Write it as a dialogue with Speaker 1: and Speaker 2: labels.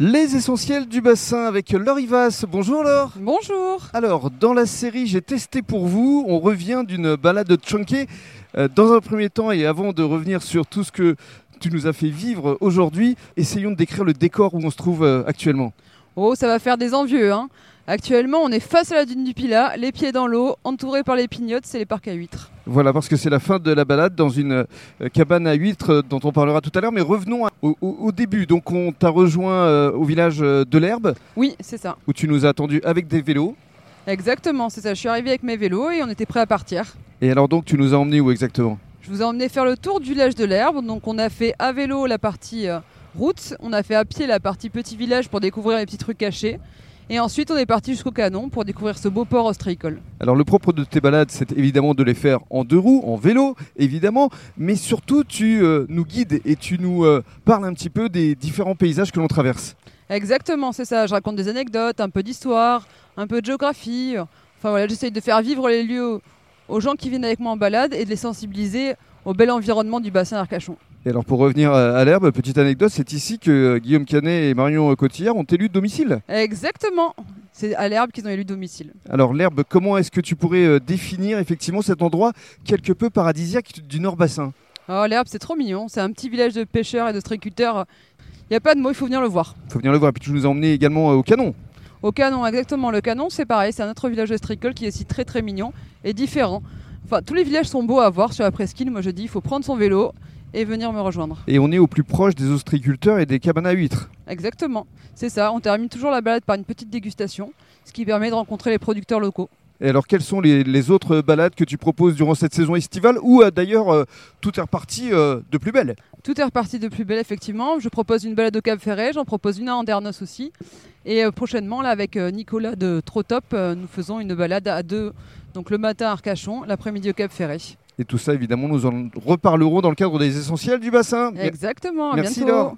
Speaker 1: Les essentiels du bassin avec Laure Ivas. Bonjour Laure.
Speaker 2: Bonjour.
Speaker 1: Alors, dans la série J'ai testé pour vous, on revient d'une balade de Chunky. Euh, dans un premier temps, et avant de revenir sur tout ce que tu nous as fait vivre aujourd'hui, essayons de décrire le décor où on se trouve euh, actuellement.
Speaker 2: Oh, ça va faire des envieux, hein. Actuellement, on est face à la dune du Pilat, les pieds dans l'eau, entouré par les pignottes, c'est les parcs à huîtres.
Speaker 1: Voilà, parce que c'est la fin de la balade dans une euh, cabane à huîtres euh, dont on parlera tout à l'heure. Mais revenons à- au, au- au début. Donc, on t'a rejoint euh, au village euh, de l'Herbe,
Speaker 2: Oui, c'est ça.
Speaker 1: où tu nous as attendu avec des vélos.
Speaker 2: Exactement, c'est ça. Je suis arrivée avec mes vélos et on était prêts à partir.
Speaker 1: Et alors, donc, tu nous as emmenés où exactement
Speaker 2: Je vous ai emmené faire le tour du village de l'herbe. Donc, on a fait à vélo la partie euh, route, on a fait à pied la partie petit village pour découvrir les petits trucs cachés. Et ensuite, on est parti jusqu'au canon pour découvrir ce beau port ostréicole.
Speaker 1: Alors le propre de tes balades, c'est évidemment de les faire en deux roues, en vélo, évidemment, mais surtout tu euh, nous guides et tu nous euh, parles un petit peu des différents paysages que l'on traverse.
Speaker 2: Exactement, c'est ça. Je raconte des anecdotes, un peu d'histoire, un peu de géographie. Enfin voilà, j'essaye de faire vivre les lieux aux gens qui viennent avec moi en balade et de les sensibiliser au bel environnement du bassin d'Arcachon.
Speaker 1: Et alors pour revenir euh, à, à l'herbe, petite anecdote, c'est ici que euh, Guillaume Canet et Marion euh, Cotillard ont élu domicile.
Speaker 2: Exactement, c'est à l'herbe qu'ils ont élu domicile.
Speaker 1: Alors l'herbe, comment est-ce que tu pourrais euh, définir effectivement cet endroit quelque peu paradisiaque du Nord-Bassin
Speaker 2: Alors Oh, l'herbe, c'est trop mignon. C'est un petit village de pêcheurs et de d'ostriculteurs. Il n'y a pas de mots, il faut venir le voir.
Speaker 1: Faut venir le voir, et puis tu nous as emmenés également euh, au canon.
Speaker 2: Au canon, exactement. Le canon, c'est pareil. C'est un autre village d'ostricole qui est aussi très très mignon et différent. Enfin, tous les villages sont beaux à voir sur la presqu'île. Moi, je dis, il faut prendre son vélo et venir me rejoindre.
Speaker 1: Et on est au plus proche des ostriculteurs et des cabanes à huîtres.
Speaker 2: Exactement, c'est ça. On termine toujours la balade par une petite dégustation, ce qui permet de rencontrer les producteurs locaux.
Speaker 1: Et alors, quelles sont les, les autres balades que tu proposes durant cette saison estivale où euh, d'ailleurs euh, tout est reparti euh, de plus belle
Speaker 2: Tout est reparti de plus belle, effectivement. Je propose une balade au Cap Ferret, j'en propose une à Andernos aussi. Et euh, prochainement, là, avec euh, Nicolas de Trotop, euh, nous faisons une balade à deux. Donc le matin à Arcachon, l'après-midi au Cap Ferret.
Speaker 1: Et tout ça, évidemment, nous en reparlerons dans le cadre des essentiels du bassin.
Speaker 2: Eh Exactement, à
Speaker 1: Merci,
Speaker 2: bientôt.
Speaker 1: Laure.